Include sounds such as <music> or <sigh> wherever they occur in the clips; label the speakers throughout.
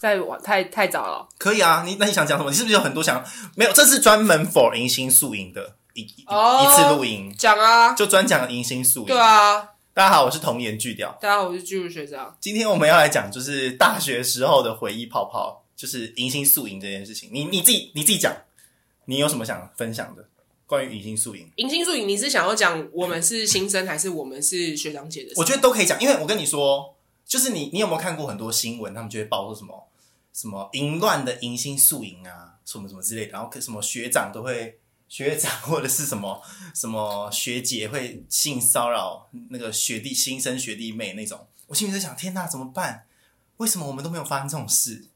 Speaker 1: 太晚太太早了。
Speaker 2: 可以啊，你那你想讲什么？你是不是有很多想没有？这是专门 for 迎新宿营的一一一次录音，
Speaker 1: 讲啊，
Speaker 2: 就专讲迎新宿
Speaker 1: 哦对
Speaker 2: 营。
Speaker 1: 啊，
Speaker 2: 大家好，我是童颜巨屌。
Speaker 1: 大家啊好，我是巨乳学长。
Speaker 2: 今天我们要来讲就是大学时候的回忆泡泡，就是迎新宿营这件事情。你你自己你自己讲，你有什么想分享的关于迎新宿营？
Speaker 1: 迎新宿营，你是想要讲我们是新生还是我们是学长姐的事？
Speaker 2: 我觉得都可以讲，因为我跟你说，就是你你有没有看过很多新闻，他们就会报说什么什么淫乱的迎新宿营啊，什么什么之类的，然后可什么学长都会学长或者是什么什么学姐会性骚扰那个学弟新生学弟妹那种，我心里在想，天哪，怎么办？为什么我们都没有发生这种事？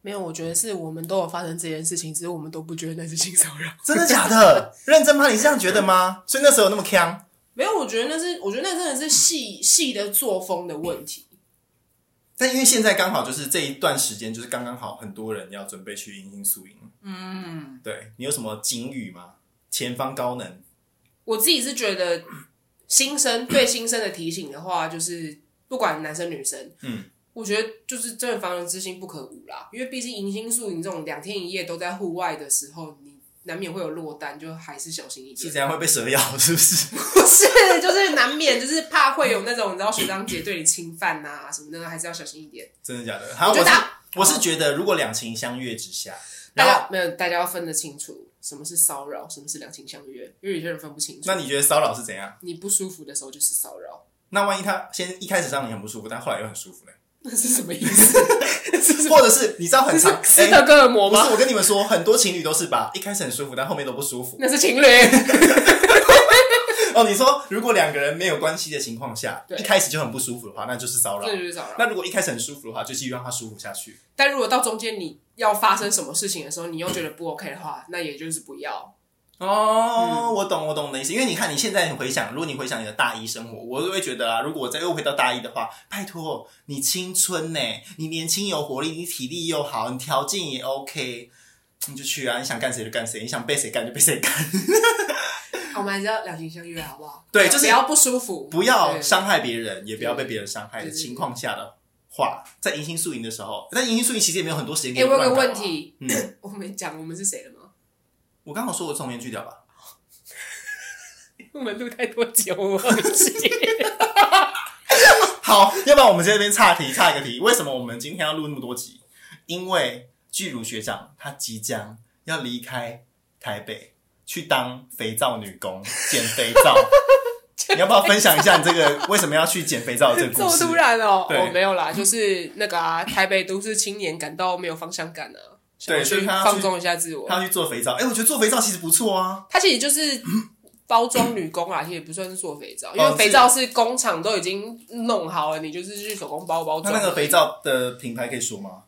Speaker 1: 没有，我觉得是我们都有发生这件事情，只是我们都不觉得那是性骚扰。
Speaker 2: 真的假的？认真吗？你是这样觉得吗？所以那时候有那么呛？
Speaker 1: <laughs> 没有，我觉得那是，我觉得那真的是戏戏的作风的问题。
Speaker 2: 但因为现在刚好就是这一段时间，就是刚刚好，很多人要准备去迎新宿营，
Speaker 1: 嗯，
Speaker 2: 对你有什么警语吗？前方高能，
Speaker 1: 我自己是觉得新生对新生的提醒的话，就是不管男生女生，
Speaker 2: 嗯，
Speaker 1: 我觉得就是真的防人之心不可无啦。因为毕竟迎新宿营这种两天一夜都在户外的时候，你难免会有落单，就还是小心一
Speaker 2: 是
Speaker 1: 点。
Speaker 2: 怎样会被蛇咬？是不是？ <laughs>
Speaker 1: 不是，就是难免就是怕会有那种你知道学长姐对你侵犯呐、什么的，还是要小心一点。
Speaker 2: 真的假
Speaker 1: <laughs>
Speaker 2: 的？好，我
Speaker 1: 觉
Speaker 2: 是
Speaker 1: 得哦
Speaker 2: 我是觉得，如果两情相悦之下，
Speaker 1: 大
Speaker 2: 然后
Speaker 1: 家没有，大家要分得清楚什么是骚扰，什么是两情相悦，因为有些人分不清楚。
Speaker 2: 那你觉得骚扰是怎样？
Speaker 1: 你不舒服的时候就是骚扰，
Speaker 2: 那万一他先一开始让你很不舒服，但后来又很舒服呢？ <laughs>
Speaker 1: 那是什么意思？
Speaker 2: 或者是你知道很
Speaker 1: 这 <laughs> 是
Speaker 2: 长
Speaker 1: 斯
Speaker 2: 哎
Speaker 1: 德哥尔摩
Speaker 2: 不
Speaker 1: 吗？
Speaker 2: 是，我跟你们说，很多情侣都是吧，一开始很舒服，但后面都不
Speaker 1: <laughs>
Speaker 2: 舒服。
Speaker 1: 那是情侣。
Speaker 2: 哦，你说如果两个人没有关系的情况下，
Speaker 1: 对
Speaker 2: 一开始就很不舒服的话，那就是骚扰
Speaker 1: 那。就是啊骚扰。
Speaker 2: 那如果一开始很舒服的话，就继续让他舒服下去。
Speaker 1: 但如果到中间你要发生什么事情的时候，你又觉得不 OK 的话，那也就是不要。
Speaker 2: 哦，
Speaker 1: 嗯
Speaker 2: 我懂，我懂你的意思。因为你看，你现在你回想，如果你回想你的大一生活，我就会觉得啊，如果我再又回到大一的话，拜托，你青春呢、你年轻有活力，你体力又好，你条件也 OK，你就去啊，你想干谁就干谁，你想被谁干就被谁干，
Speaker 1: <laughs> 我们还是要两情相悦，好不好？
Speaker 2: 对就是
Speaker 1: 不要不舒服，
Speaker 2: 不要
Speaker 1: 对
Speaker 2: 伤害别人，也不要被别人伤害的
Speaker 1: 对对对
Speaker 2: 情况下的话，在迎新宿营的时候，但迎新宿营其实也没有很多时间
Speaker 1: 哎、
Speaker 2: 给你
Speaker 1: 我有
Speaker 2: 乱
Speaker 1: 个
Speaker 2: 搞啊
Speaker 1: 问，题，
Speaker 2: 嗯，
Speaker 1: 我们讲我们是谁了吗？
Speaker 2: 我刚好说我是童颜巨屌吧，
Speaker 1: <laughs> 我们录太多集，我忘记。
Speaker 2: 好，要不然我们在这边岔题，岔一个题。为什么我们今天要录那么多集？因为巨乳学长他即将要离开台北，去当肥皂女工，减肥
Speaker 1: <laughs>
Speaker 2: 皂。你要不要分享一下你这个为什么要去减肥皂的这个
Speaker 1: <laughs> 这
Speaker 2: 故
Speaker 1: 么
Speaker 2: 事？
Speaker 1: 突然哦、
Speaker 2: 对
Speaker 1: 哦，没有啦，就是那个啊，台北都市青年感到没有方向感啊，
Speaker 2: 对
Speaker 1: 想
Speaker 2: 所
Speaker 1: 要去
Speaker 2: 以他要
Speaker 1: 放
Speaker 2: 去
Speaker 1: 纵一下自我。
Speaker 2: 他要去做肥皂，哎、我觉得做肥皂其实不
Speaker 1: <laughs>
Speaker 2: 错啊。
Speaker 1: 它其实就是包装女工啊，其实也不算是做肥皂，因
Speaker 2: 哦
Speaker 1: 为
Speaker 2: 是
Speaker 1: 肥皂是工厂都已经弄好了，你就是去手工包包
Speaker 2: 那
Speaker 1: 装。
Speaker 2: 那个肥皂的品牌可以说吗？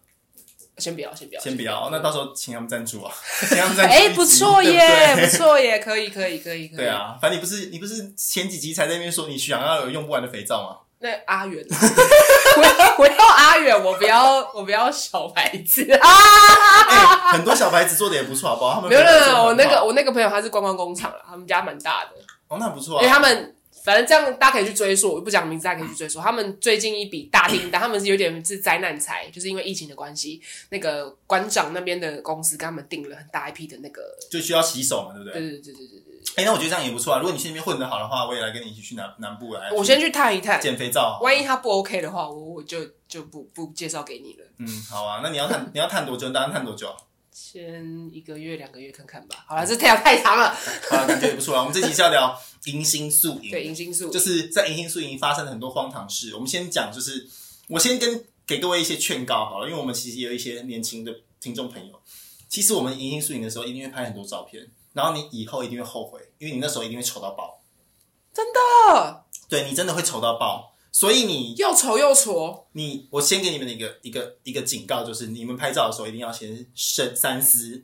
Speaker 1: 先不要，先不要，
Speaker 2: 先不
Speaker 1: <laughs>
Speaker 2: 要，那到时候请他们赞助啊，请他们赞助一集。
Speaker 1: 哎、不错
Speaker 2: 对
Speaker 1: 耶，
Speaker 2: 不对
Speaker 1: 不错耶，可以，可以，可以，可以。
Speaker 2: 对，啊，反正你不是你不是前几集才在那边说你想要有用不完的肥皂吗？
Speaker 1: 那阿远啊， <laughs> 我我要阿远，我不要，我不要小牌子
Speaker 2: 哦
Speaker 1: 啊！
Speaker 2: 哎，很多小白子做的也不错，
Speaker 1: <laughs>
Speaker 2: 好不好？他们
Speaker 1: 没有，没有，
Speaker 2: 肥
Speaker 1: 没
Speaker 2: 皂
Speaker 1: 有，
Speaker 2: 做
Speaker 1: 我
Speaker 2: 得
Speaker 1: 那
Speaker 2: 很好
Speaker 1: 个我那个朋友他是观光工厂啦，他们家蛮大的，
Speaker 2: 哦，那不
Speaker 1: 因
Speaker 2: 错啊。
Speaker 1: 为他们。反正这样，大家可以去追溯，我不讲名字，大家可以去追溯。他们最近一笔大订单，他们是有点是灾难财，就是因为疫情的关系，那个馆长那边的公司跟他们订了很大一批的那个，
Speaker 2: 就需要洗手嘛，对不
Speaker 1: 对
Speaker 2: 对？
Speaker 1: 对对对对对。
Speaker 2: 哎、那我觉得这样也不错啊。如果你去那边混得好的话，我也来跟你一起去南南部来。
Speaker 1: 我先去探一探，
Speaker 2: 减肥皂。
Speaker 1: 万一他不 OK 的话，我我就就不不介绍给你了。
Speaker 2: 嗯，好啊。那你要探你要探多久？打啊算探多久？
Speaker 1: 先一个月、两个月看看吧。好了，这太阳太长了。
Speaker 2: 好啊，感觉也不错啊。我们这集是要聊迎新宿
Speaker 1: 对，
Speaker 2: 营，
Speaker 1: 银杏树
Speaker 2: 嗯就是在迎新宿营发生了很多荒唐事。我们先讲，就是我先跟给各位一些劝告好了，因为我们其实也有一些年轻的听众朋友。其实我们迎新宿营的时候，一定会拍很多照片，然后你以后一定会后悔，因为你那时候一定会丑到爆。
Speaker 1: 哦，
Speaker 2: 对你真的会丑到爆，所以你
Speaker 1: 又丑又挫。
Speaker 2: 你我先给你们一个一个一个警告，就是你们拍照的时候一定要先深三思，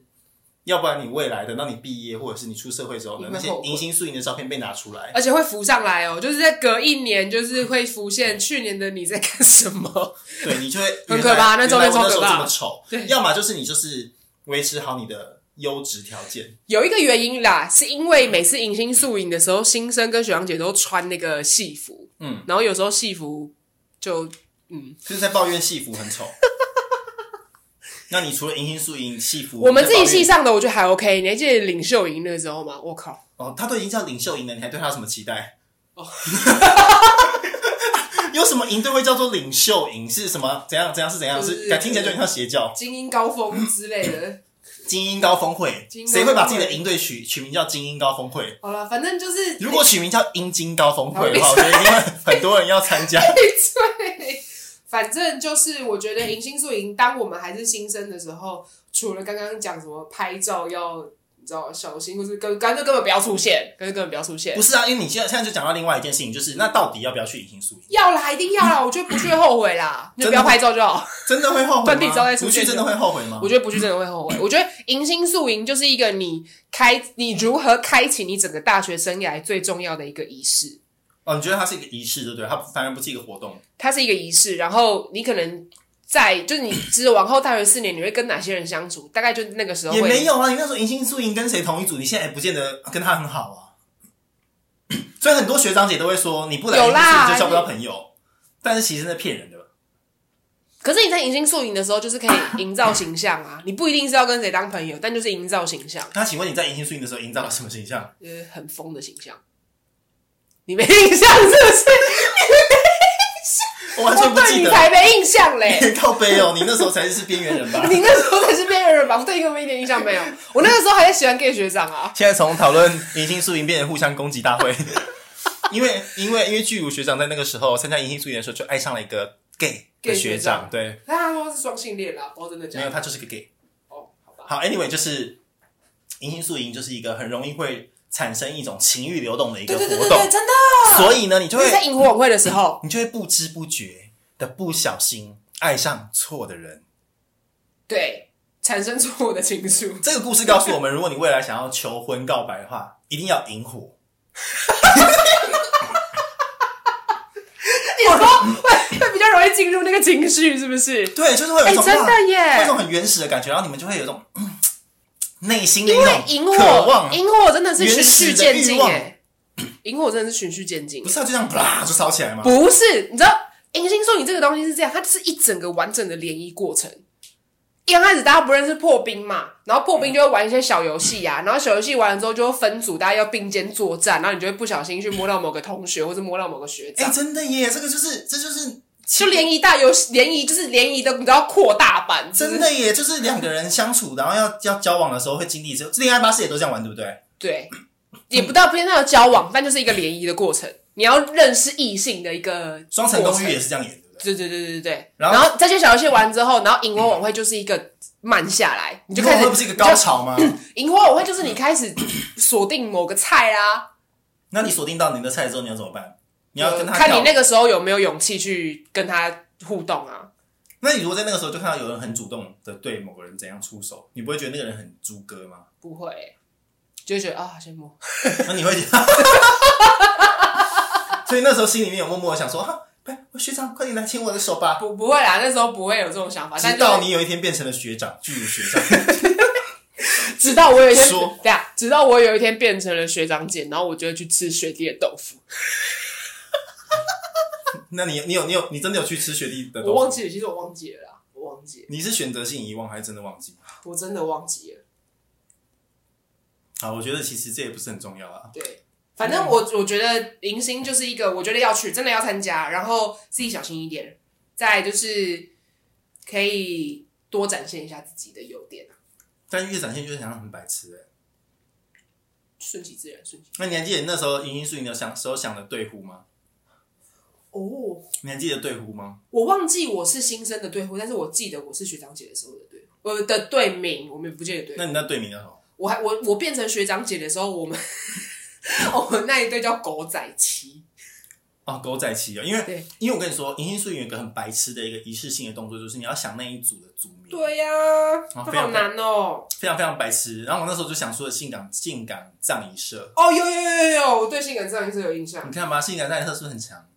Speaker 2: 要不然你未来等到你毕业或者是你出社会之后呢，
Speaker 1: 你
Speaker 2: 那
Speaker 1: 会
Speaker 2: 些
Speaker 1: 后悔
Speaker 2: 迎新宿营的照片被拿
Speaker 1: <laughs>
Speaker 2: 出来，
Speaker 1: 而且会浮上来哦，就是在隔一年，就是会浮现去年的你在干什么。
Speaker 2: 对你就会
Speaker 1: 很可怕
Speaker 2: 原来
Speaker 1: 那照片
Speaker 2: 原来我那
Speaker 1: 超可
Speaker 2: 时候
Speaker 1: 怕
Speaker 2: 这么丑，
Speaker 1: 对
Speaker 2: 要么就是你就是维持好你的优质条件，
Speaker 1: 有一个原因啦，是因为每次迎新宿营的时候，新生跟学长姐都穿那个戏服，
Speaker 2: 嗯，
Speaker 1: 然后有时候戏服就 <laughs>
Speaker 2: 就是在抱怨戏服很丑，那你除了迎新宿营戏服，
Speaker 1: 我们自己系
Speaker 2: 戏
Speaker 1: 上的我觉得还 OK。你还记得领袖营那时候吗？我靠，
Speaker 2: 哦，他都已经叫领袖营了，你还对他有什么期待？哦， <laughs> 有什么营队会叫做领袖营？是什么？怎样？怎样是怎样？
Speaker 1: 就是
Speaker 2: 是感听起来就很像邪教，
Speaker 1: 精英高峰之类的。 <laughs>
Speaker 2: 精英高峰会
Speaker 1: 呃精英。高峰会
Speaker 2: 谁会把自己的营队取取名叫精英高峰
Speaker 1: <laughs>
Speaker 2: 会？
Speaker 1: 好了，反正就是
Speaker 2: 如果取名叫阴茎高峰会
Speaker 1: <laughs>
Speaker 2: 的话，我觉得应该很多人要参加。
Speaker 1: 对，反正就是我觉得迎新宿营，当我们还是新生的时候，除了刚刚讲什么拍照要你知道小心，或是跟干脆根本不要出现，干脆根本不要出现
Speaker 2: 不。是啊，因为你现在现在就讲到另外一件事情，就是那到底要不要去迎新宿营？
Speaker 1: 要啦，一定要啦！我觉得不去会后悔啦，你就不要拍照就好。
Speaker 2: 真的会后悔
Speaker 1: 断地之后再
Speaker 2: 吗？
Speaker 1: 出
Speaker 2: 不
Speaker 1: 现
Speaker 2: 去真的会后悔吗
Speaker 1: 我？觉得不去真的会后悔。我觉得迎新宿营就是一个你开你如何开启你整个大学生涯最重要的一个仪式。
Speaker 2: 哦，你觉得它是一个仪式，对不对？它反而不是一个活动。
Speaker 1: 它是一个仪式，然后你可能在就是你只有往后大学四年，你会跟哪些人相处？大概就那个时候
Speaker 2: 也
Speaker 1: 会
Speaker 2: 没有啊，你那时候迎新宿营跟谁同一组，你现在也不见得跟他很好啊。 <coughs> 所以很多学长姐都会说，你不来迎
Speaker 1: 有
Speaker 2: 新
Speaker 1: 啦
Speaker 2: 宿营就交不到朋友，但是其实那骗人的。
Speaker 1: 可是你在迎新宿营的时候，就是可以营造形象啊，你不一定是要跟谁当朋友，但就是营造形象，
Speaker 2: 那请问你在迎新宿营的时候营造了什么
Speaker 1: <laughs>
Speaker 2: 形象？
Speaker 1: 就是很疯的形象。你没印象是不是？
Speaker 2: 我完全
Speaker 1: 我
Speaker 2: 不
Speaker 1: 对
Speaker 2: 记
Speaker 1: 你
Speaker 2: 得。
Speaker 1: 才没印象嘞！
Speaker 2: <laughs> 靠背哦，你那时候才是边缘人吧？
Speaker 1: <laughs> 你那时候才是边缘人吧？我对你根本一点印象没有。我那个时候还在喜欢 gay 学长啊，
Speaker 2: 现在从讨论迎新宿营变成互相攻击大会， <laughs> 因为因为因为巨乳学长在那个时候参加迎新宿营的时候就爱上了一个 gay 的
Speaker 1: gay
Speaker 2: 学
Speaker 1: 学长
Speaker 2: 长，对，
Speaker 1: 但啊他说是双性恋啦，我真的假
Speaker 2: 没有
Speaker 1: 的？
Speaker 2: 他就是个 gay。
Speaker 1: 哦，好吧，
Speaker 2: 好，anyway 就是迎新宿营就是一个很容易会产生一种情欲流动的一个
Speaker 1: 对
Speaker 2: 活
Speaker 1: 对
Speaker 2: 动，
Speaker 1: 对对对，真的。
Speaker 2: 所以呢，你就
Speaker 1: 就是
Speaker 2: 会
Speaker 1: 在萤火晚会的时候，
Speaker 2: 你就会不知不觉的不小心爱上错的人。
Speaker 1: 对，产生出我的情愫。
Speaker 2: 这个故事告诉我们，如果你未来想要求婚告白的话，一定要引火。
Speaker 1: 你
Speaker 2: <laughs>
Speaker 1: 说会会比较容易进入那个情绪，是不是？
Speaker 2: 对，就是会有一种、
Speaker 1: 哎真的耶
Speaker 2: 哇会有一种很原始的感觉，然后你们就会有一种、嗯内心的一
Speaker 1: 因为
Speaker 2: 种
Speaker 1: 萤
Speaker 2: 渴
Speaker 1: 火，
Speaker 2: 望，啊
Speaker 1: 萤火真的是循序渐
Speaker 2: 原始的欲
Speaker 1: 进
Speaker 2: 望
Speaker 1: 哎、萤火真的是循序渐进
Speaker 2: 不、是啊要就这样啪就烧起来吗？
Speaker 1: 不是，啊你知道迎新宿营这个东西是这样，它是一整个完整的联谊过程。一刚开始大家不认识破冰嘛，然后破
Speaker 2: 嗯
Speaker 1: 冰就会玩一些小游戏呀，然后小游戏完了之后就会分组，大家要并肩作战，然后你就会不小心去摸到某个同学或者摸到某个学
Speaker 2: 哎、
Speaker 1: 长，
Speaker 2: 真的耶，这个就是这就是
Speaker 1: 就联谊大游戏，联谊就是联谊的，你知道扩大版，就是
Speaker 2: 真的耶，就是两个人相处，然后要要交往的时候会经历这恋爱巴士也都这样玩，对不对？
Speaker 1: 对，也不到不见得要交往，但就是一个联谊的过程。你要认识异性的一个
Speaker 2: 双城公寓
Speaker 1: 过
Speaker 2: 也
Speaker 1: 程
Speaker 2: 是这样演，对不
Speaker 1: 对对
Speaker 2: 对？
Speaker 1: 对对对对。
Speaker 2: 然
Speaker 1: 然
Speaker 2: 后
Speaker 1: 后这些小游戏玩之后，然后萤火晚会就是一个慢下来，你就开
Speaker 2: 那
Speaker 1: 始
Speaker 2: 会不是一个高。潮吗？ <laughs>
Speaker 1: 你就萤火晚会就是你开始锁定某个菜啊啦，
Speaker 2: 那你锁定到你的菜之后，你要怎么办？你要跟他
Speaker 1: 看
Speaker 2: 跳
Speaker 1: 你那个时候有没有勇气去跟他互动啊。
Speaker 2: 那你如果在那个时候就看到有人很主动的对某个人怎样出手，你不会觉得那个人很猪哥吗？ <laughs>
Speaker 1: 不会、就会觉得啊，羡慕。
Speaker 2: 那你会觉得， <laughs> 所以那时候心里面有默默的想说，哈、哎，我学长，快点来牵我的手吧。
Speaker 1: 不不会啦，那时候不会有这种想法。但
Speaker 2: 直
Speaker 1: 就
Speaker 2: 到你有一天变成了学长，巨乳学长， <laughs>
Speaker 1: 直到我有一天，
Speaker 2: 说
Speaker 1: 对啊，直到我有一天变成了学长姐，然后我就会去吃学弟的豆腐。
Speaker 2: 那你你有你有你真的有去吃学弟的
Speaker 1: 我
Speaker 2: 东
Speaker 1: 忘
Speaker 2: 西？
Speaker 1: 记了，其实我忘记了啦，我忘记了，
Speaker 2: 你是选择性遗忘还是真的忘记？
Speaker 1: 我真的忘记了。
Speaker 2: 啊，我觉得其实这也不是很重要啊。
Speaker 1: 对，反正我我觉得迎新就是一个，我觉得要去，真的要参加，然后自己小心一点，再来就是可以多展现一下自己的优点啊，
Speaker 2: 但越展现就是想要很白痴哎、
Speaker 1: 顺其自然，顺其
Speaker 2: 那你还记得你那时候银杏树你的想时候想的对呼吗？
Speaker 1: 哦。
Speaker 2: 你还记得对呼吗？
Speaker 1: 我忘记我是新生的队呼，但是我记得我是学长姐的时候的队呼，我的队名，我们也不记得队
Speaker 2: 那
Speaker 1: 名。
Speaker 2: 你那队名叫什么？
Speaker 1: 我还我我变成学长姐的时候，我们 <laughs> 我们那一队叫狗仔旗，
Speaker 2: 哦，狗仔旗哦，因为
Speaker 1: 对
Speaker 2: 因为我跟你说，银杏树有一个很白痴的一个仪式性的动作，就是你要想那一组的组名。
Speaker 1: 对呀、
Speaker 2: 啊
Speaker 1: 这
Speaker 2: 非常
Speaker 1: 好难哦、
Speaker 2: 非常非常白痴。然后我那时候就想说，性感性感葬仪社，
Speaker 1: 哦，有有有有有，我对性感上一次有印象
Speaker 2: 你。看吧，性感葬仪社是不是很强？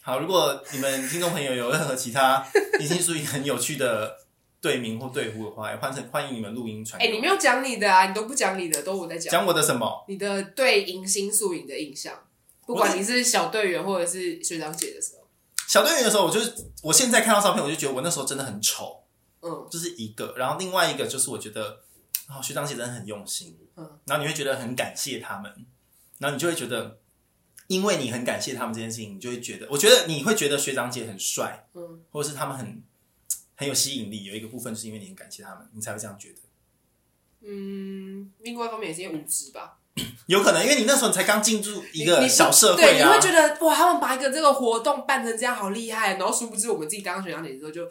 Speaker 2: 好，如果你们听众朋友有任何其他
Speaker 1: <laughs>
Speaker 2: 已经属于很有趣的队名或队呼的话，也欢迎欢迎你们录音传
Speaker 1: 哎、
Speaker 2: 给我。
Speaker 1: 你没有讲你的啊，你都不讲你的，都我在讲。
Speaker 2: 讲我的什么？
Speaker 1: 你的对迎新宿营的印象，不
Speaker 2: 我
Speaker 1: 管你是小队员或者是学长姐的时候，
Speaker 2: 小队员的时候，我就是我现在看到照片，我就觉得我那时候真的很丑。
Speaker 1: 嗯
Speaker 2: 这是一个。然后另外一个就是我觉得，哦，学长姐真的很用心，
Speaker 1: 嗯，
Speaker 2: 然后你会觉得很感谢他们，然后你就会觉得，因为你很感谢他们这件事情，你就会觉得，我觉得你会觉得学长姐很帅，
Speaker 1: 嗯，
Speaker 2: 或者是他们很很有吸引力。有一个部分是因为你很感谢他们，你才会这样觉得。
Speaker 1: 嗯，另外一方面也是因为无知吧，
Speaker 2: 有可能，因为你那时候才刚进入一个
Speaker 1: 你
Speaker 2: 小社
Speaker 1: 对，
Speaker 2: 会
Speaker 1: 你
Speaker 2: 啊
Speaker 1: 会，觉得哇，他们把一个这个活动办成这样好厉害，然后殊不知我们自己当学长姐之后就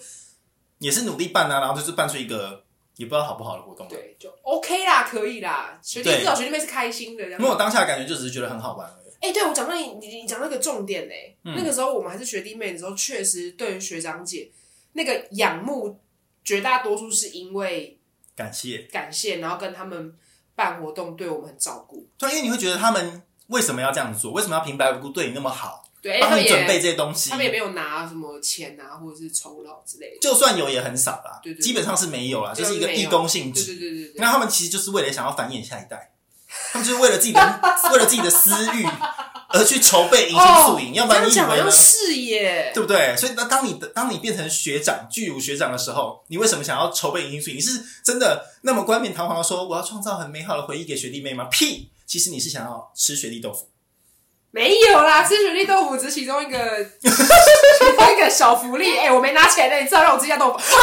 Speaker 2: 也是努力办啊，然后就是办出一个也不知道好不好的活动、啊。
Speaker 1: 对就 OK 啦，可以啦，学弟
Speaker 2: 对
Speaker 1: 至少学弟妹是开心的，然
Speaker 2: 因为我
Speaker 1: 后
Speaker 2: 当下的感觉就只是觉得很好玩而已。
Speaker 1: 哎、对我讲到你你你讲到一个重点呢、
Speaker 2: 嗯
Speaker 1: 那个时候我们还是学弟妹的时候，确实对于学长姐那个仰慕，绝大多数是因为
Speaker 2: 感谢，
Speaker 1: 感谢，然后跟他们办活动对我们很照顾，
Speaker 2: 对，啊因为你会觉得他们为什么要这样做？为什么要平白无故对你那么好，
Speaker 1: 对，哎他
Speaker 2: 帮
Speaker 1: 们
Speaker 2: 你
Speaker 1: 也
Speaker 2: 准备这些东西
Speaker 1: 他？们也没有拿什么钱啊，或者是酬劳之类的。
Speaker 2: 就算有也很少啦，
Speaker 1: 对对对
Speaker 2: 基本上是没有啦，
Speaker 1: 对
Speaker 2: 就是一个
Speaker 1: 没有
Speaker 2: 义工性
Speaker 1: 对
Speaker 2: 质。
Speaker 1: 对对对对，
Speaker 2: 那他们其实就是为了想要繁衍下一代，他们就是为了自己的
Speaker 1: <laughs>
Speaker 2: 为了自己的私欲而去筹备迎新宿营，要不然
Speaker 1: 哦这样
Speaker 2: 你以
Speaker 1: 讲好
Speaker 2: 为
Speaker 1: 像？
Speaker 2: 呢
Speaker 1: 是耶，
Speaker 2: 对不对？所以那当你的当你变成学长、巨乳学长的时候，你为什么想要筹备迎新宿营？你是真的那么冠冕堂皇的说我要创造很美好的回忆给学弟妹吗？屁！其实你是想要吃雪地豆腐。
Speaker 1: 没有啦，吃雪粒豆腐只是其中一个 <laughs> 其中一个小福利。哎、我没拿钱呢、你知道让我吃一下豆腐， <laughs>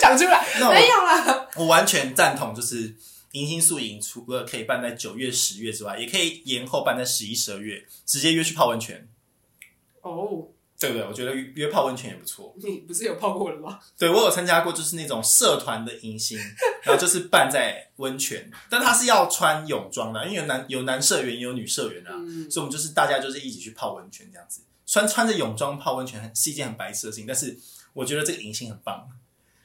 Speaker 1: 讲出来
Speaker 2: 那我
Speaker 1: 没有啦。
Speaker 2: 我完全赞同，就是迎新宿营除了呃可以办在九月、十月之外，也可以延后办在十一、十二月，直接约去泡温泉，
Speaker 1: 哦，
Speaker 2: 对不对？我觉得约泡温泉也不错。
Speaker 1: 你不是有泡过了吗？
Speaker 2: 对我有参加过，就是那种社团的迎新，然后就是办在温泉，但他是要穿泳装的，因为有男有男社员，也有女社员啊，
Speaker 1: 嗯，
Speaker 2: 所以我们就是大家就是一起去泡温泉这样子。虽然穿着泳装泡温泉很是一件很白痴的事情，但是我觉得这个迎新很棒，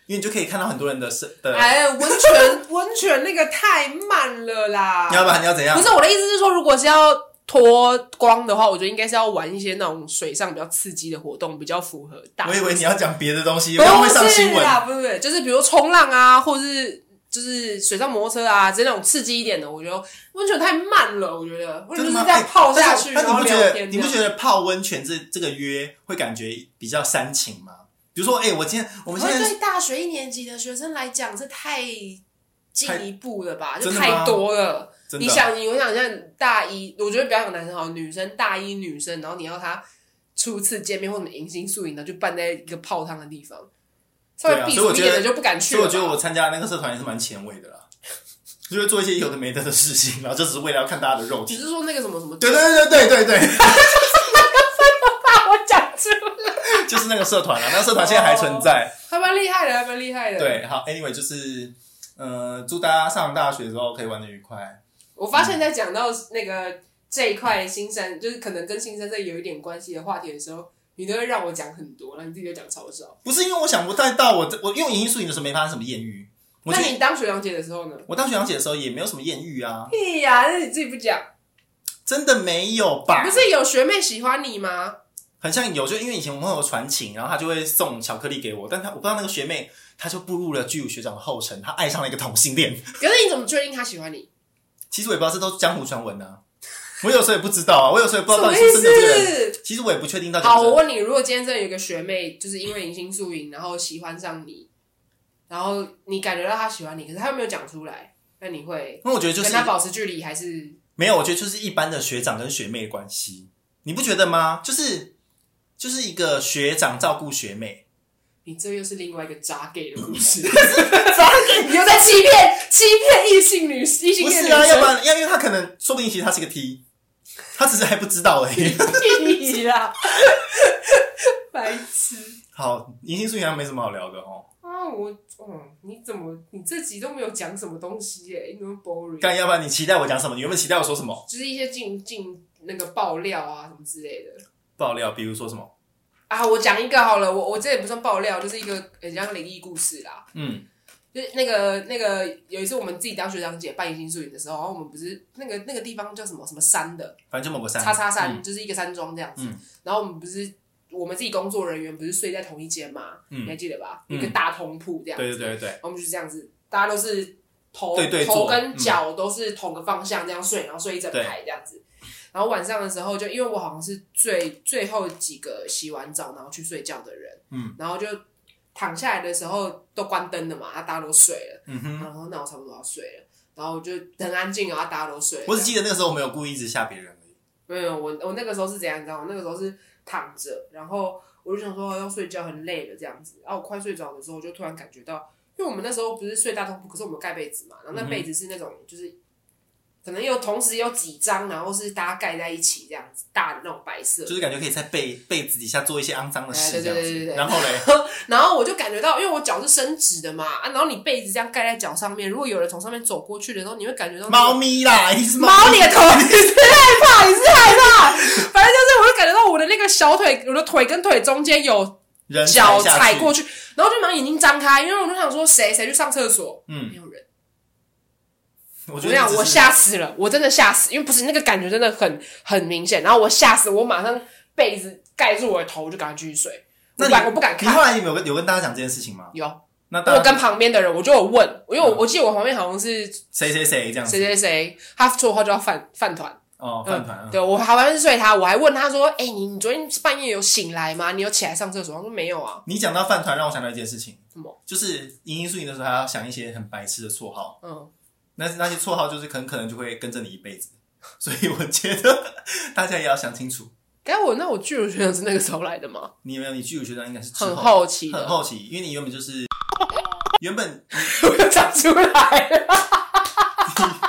Speaker 2: 因为你就可以看到很多人的社的，
Speaker 1: 哎，温泉温泉那个太慢了啦。
Speaker 2: 要不然你要怎样
Speaker 1: 不？是我的意思是说，如果是要脱光的话，我觉得应该是要玩一些那种水上比较刺激的活动，比较符合大。
Speaker 2: 我以为你要讲别的东西，
Speaker 1: 不
Speaker 2: 不然会上
Speaker 1: 是
Speaker 2: 新闻。
Speaker 1: 啦，不是不是，就是比如冲浪啊，或是就是水上摩托车啊，这种刺激一点的，我觉得温泉太慢了，我觉得温泉就
Speaker 2: 真的
Speaker 1: 是
Speaker 2: 吗？
Speaker 1: 这样泡下去，
Speaker 2: 哎
Speaker 1: 然
Speaker 2: 但是但
Speaker 1: 后
Speaker 2: 你不
Speaker 1: 聊
Speaker 2: 觉得
Speaker 1: 天
Speaker 2: 你不
Speaker 1: 得？
Speaker 2: 觉得泡温泉这这个约会感觉比较煽情吗？比如说，哎、我今天
Speaker 1: 我
Speaker 2: 我们
Speaker 1: 觉
Speaker 2: 现
Speaker 1: 得
Speaker 2: 在
Speaker 1: 对大学一年级的学生来讲，这太进一步了吧，就
Speaker 2: 真的吗
Speaker 1: 太多了。
Speaker 2: 真
Speaker 1: 你
Speaker 2: 的
Speaker 1: 想，你我想像大一，我觉得不要讲男生好，女生大一女生，然后你要她初次见面或者迎新宿营的，就办在一个泡汤的地方，稍
Speaker 2: 对
Speaker 1: 微
Speaker 2: 啊
Speaker 1: 避
Speaker 2: 所以
Speaker 1: 暑
Speaker 2: 我
Speaker 1: 一
Speaker 2: 觉
Speaker 1: 点的
Speaker 2: 得
Speaker 1: 就不敢去
Speaker 2: 所以
Speaker 1: 了
Speaker 2: 我
Speaker 1: 吧。
Speaker 2: 觉得我参加那个社团也是蛮前卫的啦，就会做一些有的没的的事情，然后就只是为了要看大家的肉
Speaker 1: 只
Speaker 2: 体。
Speaker 1: 是说那个什么什么，
Speaker 2: 对啊对对对对对， <laughs>
Speaker 1: 把我讲出来。
Speaker 2: 就是那个社团啊，那个社团现在还存在。
Speaker 1: 还蛮厉害的，还蛮厉害的。，
Speaker 2: 对，好，anyway，就是呃，祝大家上大学的时候可以玩的愉快。
Speaker 1: 我发现在讲到那个这一块新山，就是可能跟新山这有一点关系的话题的时候，你都会让我讲很多，然后你自己就讲超少。
Speaker 2: 不是因为我想不太到我我因为我迎新宿营的时候没发生什么艳遇，我
Speaker 1: 那
Speaker 2: 觉得
Speaker 1: 你当学长姐的时候呢？
Speaker 2: 我当学长姐的时候也没有什么艳遇啊，
Speaker 1: 屁呀、那你自己不讲，
Speaker 2: 真的没有吧？
Speaker 1: 不是有学妹喜欢你吗？
Speaker 2: 很像有，就因为以前我们会有传情，然后他就会送巧克力给我，但他我不知道那个学妹，她就步入了巨乳学长的后尘，她爱上了一个同性恋。
Speaker 1: 可是你怎么确定她喜欢你？
Speaker 2: 其实我也不知道，这都是江湖传闻啊。我有时候也不知道啊，我有时候也不知
Speaker 1: 什
Speaker 2: 道到
Speaker 1: 么
Speaker 2: 底
Speaker 1: 意
Speaker 2: 是不是真的这个人。
Speaker 1: 思？
Speaker 2: 其实我也不确定到底是
Speaker 1: 好，啊
Speaker 2: 不是
Speaker 1: 我问你，如果今天真的有一个学妹，就是因为迎新宿营，然后喜欢上你，然后你感觉到她喜欢你，可是她又没有讲出来，那你会
Speaker 2: 因为我觉得就
Speaker 1: 跟
Speaker 2: 是
Speaker 1: 她保持距离，还是
Speaker 2: 没有，我觉得就是一般的学长跟学妹的关系，你不觉得吗？就是就是一个学长照顾学妹，
Speaker 1: 你这又是另外一个渣 gay 的故事，渣 gay <laughs> 你又在欺骗欺骗异性女异性
Speaker 2: 不
Speaker 1: 恋
Speaker 2: 是
Speaker 1: 女
Speaker 2: 啊？要不
Speaker 1: 生，
Speaker 2: 然，要因为他可能说不定其实他是个 T，他只是还不知道而已。
Speaker 1: 屁啦，白痴
Speaker 2: 好，银杏树好像没什么好聊的哦。
Speaker 1: 啊！我嗯，你怎么你这集都没有讲什么东西耶、你怎么 boring？
Speaker 2: 干，要不然你期待我讲什么？你原本期待我说什么？
Speaker 1: 就是一些进进那个爆料啊什么之类的
Speaker 2: 爆料，比如说什么？
Speaker 1: 啊。我讲一个好了，我我这也不算爆料，就是一个很像灵异故事啦。
Speaker 2: 嗯，
Speaker 1: 就是那个那个有一次我们自己当学长姐办迎新宿营的时候，然后我们不是那个那个地方叫什么什么山的，
Speaker 2: 反正就某个山，
Speaker 1: 叉叉山、
Speaker 2: 嗯，
Speaker 1: 就是一个山庄这样子。
Speaker 2: 嗯
Speaker 1: 然后我们不是我们自己工作人员不是睡在同一间嘛，你
Speaker 2: 嗯
Speaker 1: 还记得吧？
Speaker 2: 嗯
Speaker 1: 有一个大通铺这样，
Speaker 2: 对对对对，
Speaker 1: 然后我们就是这样子，大家都是头
Speaker 2: 对对
Speaker 1: 头
Speaker 2: 坐嗯
Speaker 1: 跟脚都是同个方向这样睡，然后睡一整排这样子。然后晚上的时候就，因为我好像是最最后几个洗完澡然后去睡觉的人，
Speaker 2: 嗯，
Speaker 1: 然后就躺下来的时候都关灯了嘛，啊，大家都睡了，
Speaker 2: 嗯哼，
Speaker 1: 然后那我差不多要睡了，然后我就很安静啊，大家都睡了。
Speaker 2: 我只记得那个时候我没有故意一直吓别人而已。
Speaker 1: 没有，我我那个时候是怎样，你知道吗？那个时候是躺着，然后我就想说要睡觉，很累了这样子。然啊后我快睡着的时候，我就突然感觉到，因为我们那时候不是睡大通铺，可是我们盖被子嘛，然后那被子是那种就是。可能有同时有几张，然后是大家盖在一起这样子，大的那种白色的，
Speaker 2: 就是感觉可以在被被子底下做一些肮脏的事
Speaker 1: 哎对
Speaker 2: 这样
Speaker 1: 对
Speaker 2: 子。
Speaker 1: 对对对
Speaker 2: 然后嘞，
Speaker 1: 然后我就感觉到，因为我脚是伸直的嘛，啊，然后你被子这样盖在脚上面，如果有人从上面走过去的时候，你会感觉到那个
Speaker 2: 猫咪啦， <laughs> 一只
Speaker 1: <laughs> 猫你的头，你是害怕，你是害怕，反正就是我就感觉到我的那个小腿，我的腿跟腿中间有
Speaker 2: 人
Speaker 1: 脚
Speaker 2: 下
Speaker 1: 踩过
Speaker 2: 去，
Speaker 1: 去，然后就马上眼睛张开，因为我就想说谁谁去上厕所，
Speaker 2: 嗯
Speaker 1: 没，有人。
Speaker 2: 我
Speaker 1: 我
Speaker 2: 觉
Speaker 1: 跟你
Speaker 2: 得
Speaker 1: 讲，
Speaker 2: 只是
Speaker 1: 我吓死了，我真的吓死，因为不是那个感觉真的很很明显，然后我吓死，我马上被子盖住我的头，我就赶快继续睡。我
Speaker 2: 那
Speaker 1: 不
Speaker 2: 你
Speaker 1: 敢，我不敢
Speaker 2: 你后
Speaker 1: 看。
Speaker 2: 来有没有跟有跟大家讲这件事情吗？
Speaker 1: 有，
Speaker 2: 那大
Speaker 1: 我
Speaker 2: 家
Speaker 1: 跟旁边的人，我就有问，因为我
Speaker 2: 嗯
Speaker 1: 我记得我旁边好像是
Speaker 2: 谁谁谁这样子
Speaker 1: 谁谁谁，他绰号叫饭饭团。
Speaker 2: 哦，
Speaker 1: 嗯
Speaker 2: 饭团，
Speaker 1: 对我还完全睡他，我还问他说：“哎、你你昨天半夜有醒来吗？你有起来上厕所？”他说：“没有啊。
Speaker 2: 你讲到饭团，让我想到一件事情，
Speaker 1: 什么？
Speaker 2: 就是银银素营的时候，还要想一些很白痴的绰号，”
Speaker 1: 嗯，
Speaker 2: 那那些绰号就是很可能就会跟着你一辈子， <laughs> 所以我觉得 <laughs> 大家也要想清楚。
Speaker 1: 该我那我巨乳学长是那个时候来的吗？
Speaker 2: 你有没有？你巨乳学长应该是之
Speaker 1: 很
Speaker 2: 后
Speaker 1: 好奇啊
Speaker 2: 很
Speaker 1: 的，
Speaker 2: 好奇，因为你原本就是原本
Speaker 1: <laughs> 我又讲出来了。 <laughs>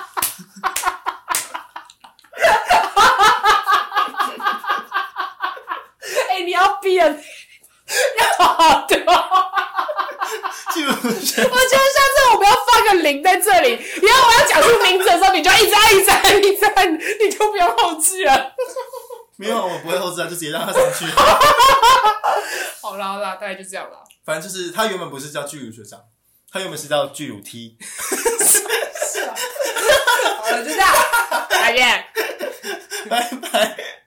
Speaker 1: 哎、你要变， <laughs> 要好对
Speaker 2: 巨乳学
Speaker 1: 我觉得下次我们要放个零在这里，以后我要讲出名字的时候，你就一直按、一直按、一直按，你就不用后置了。
Speaker 2: 没有，我不会后置啊，就直接让他上去。
Speaker 1: 好啦好啦，大概就这样啦。
Speaker 2: 反正就是他原本不是叫巨乳学长，他原本是叫巨乳 T。
Speaker 1: 好了，就这样，再见。
Speaker 2: 拜拜。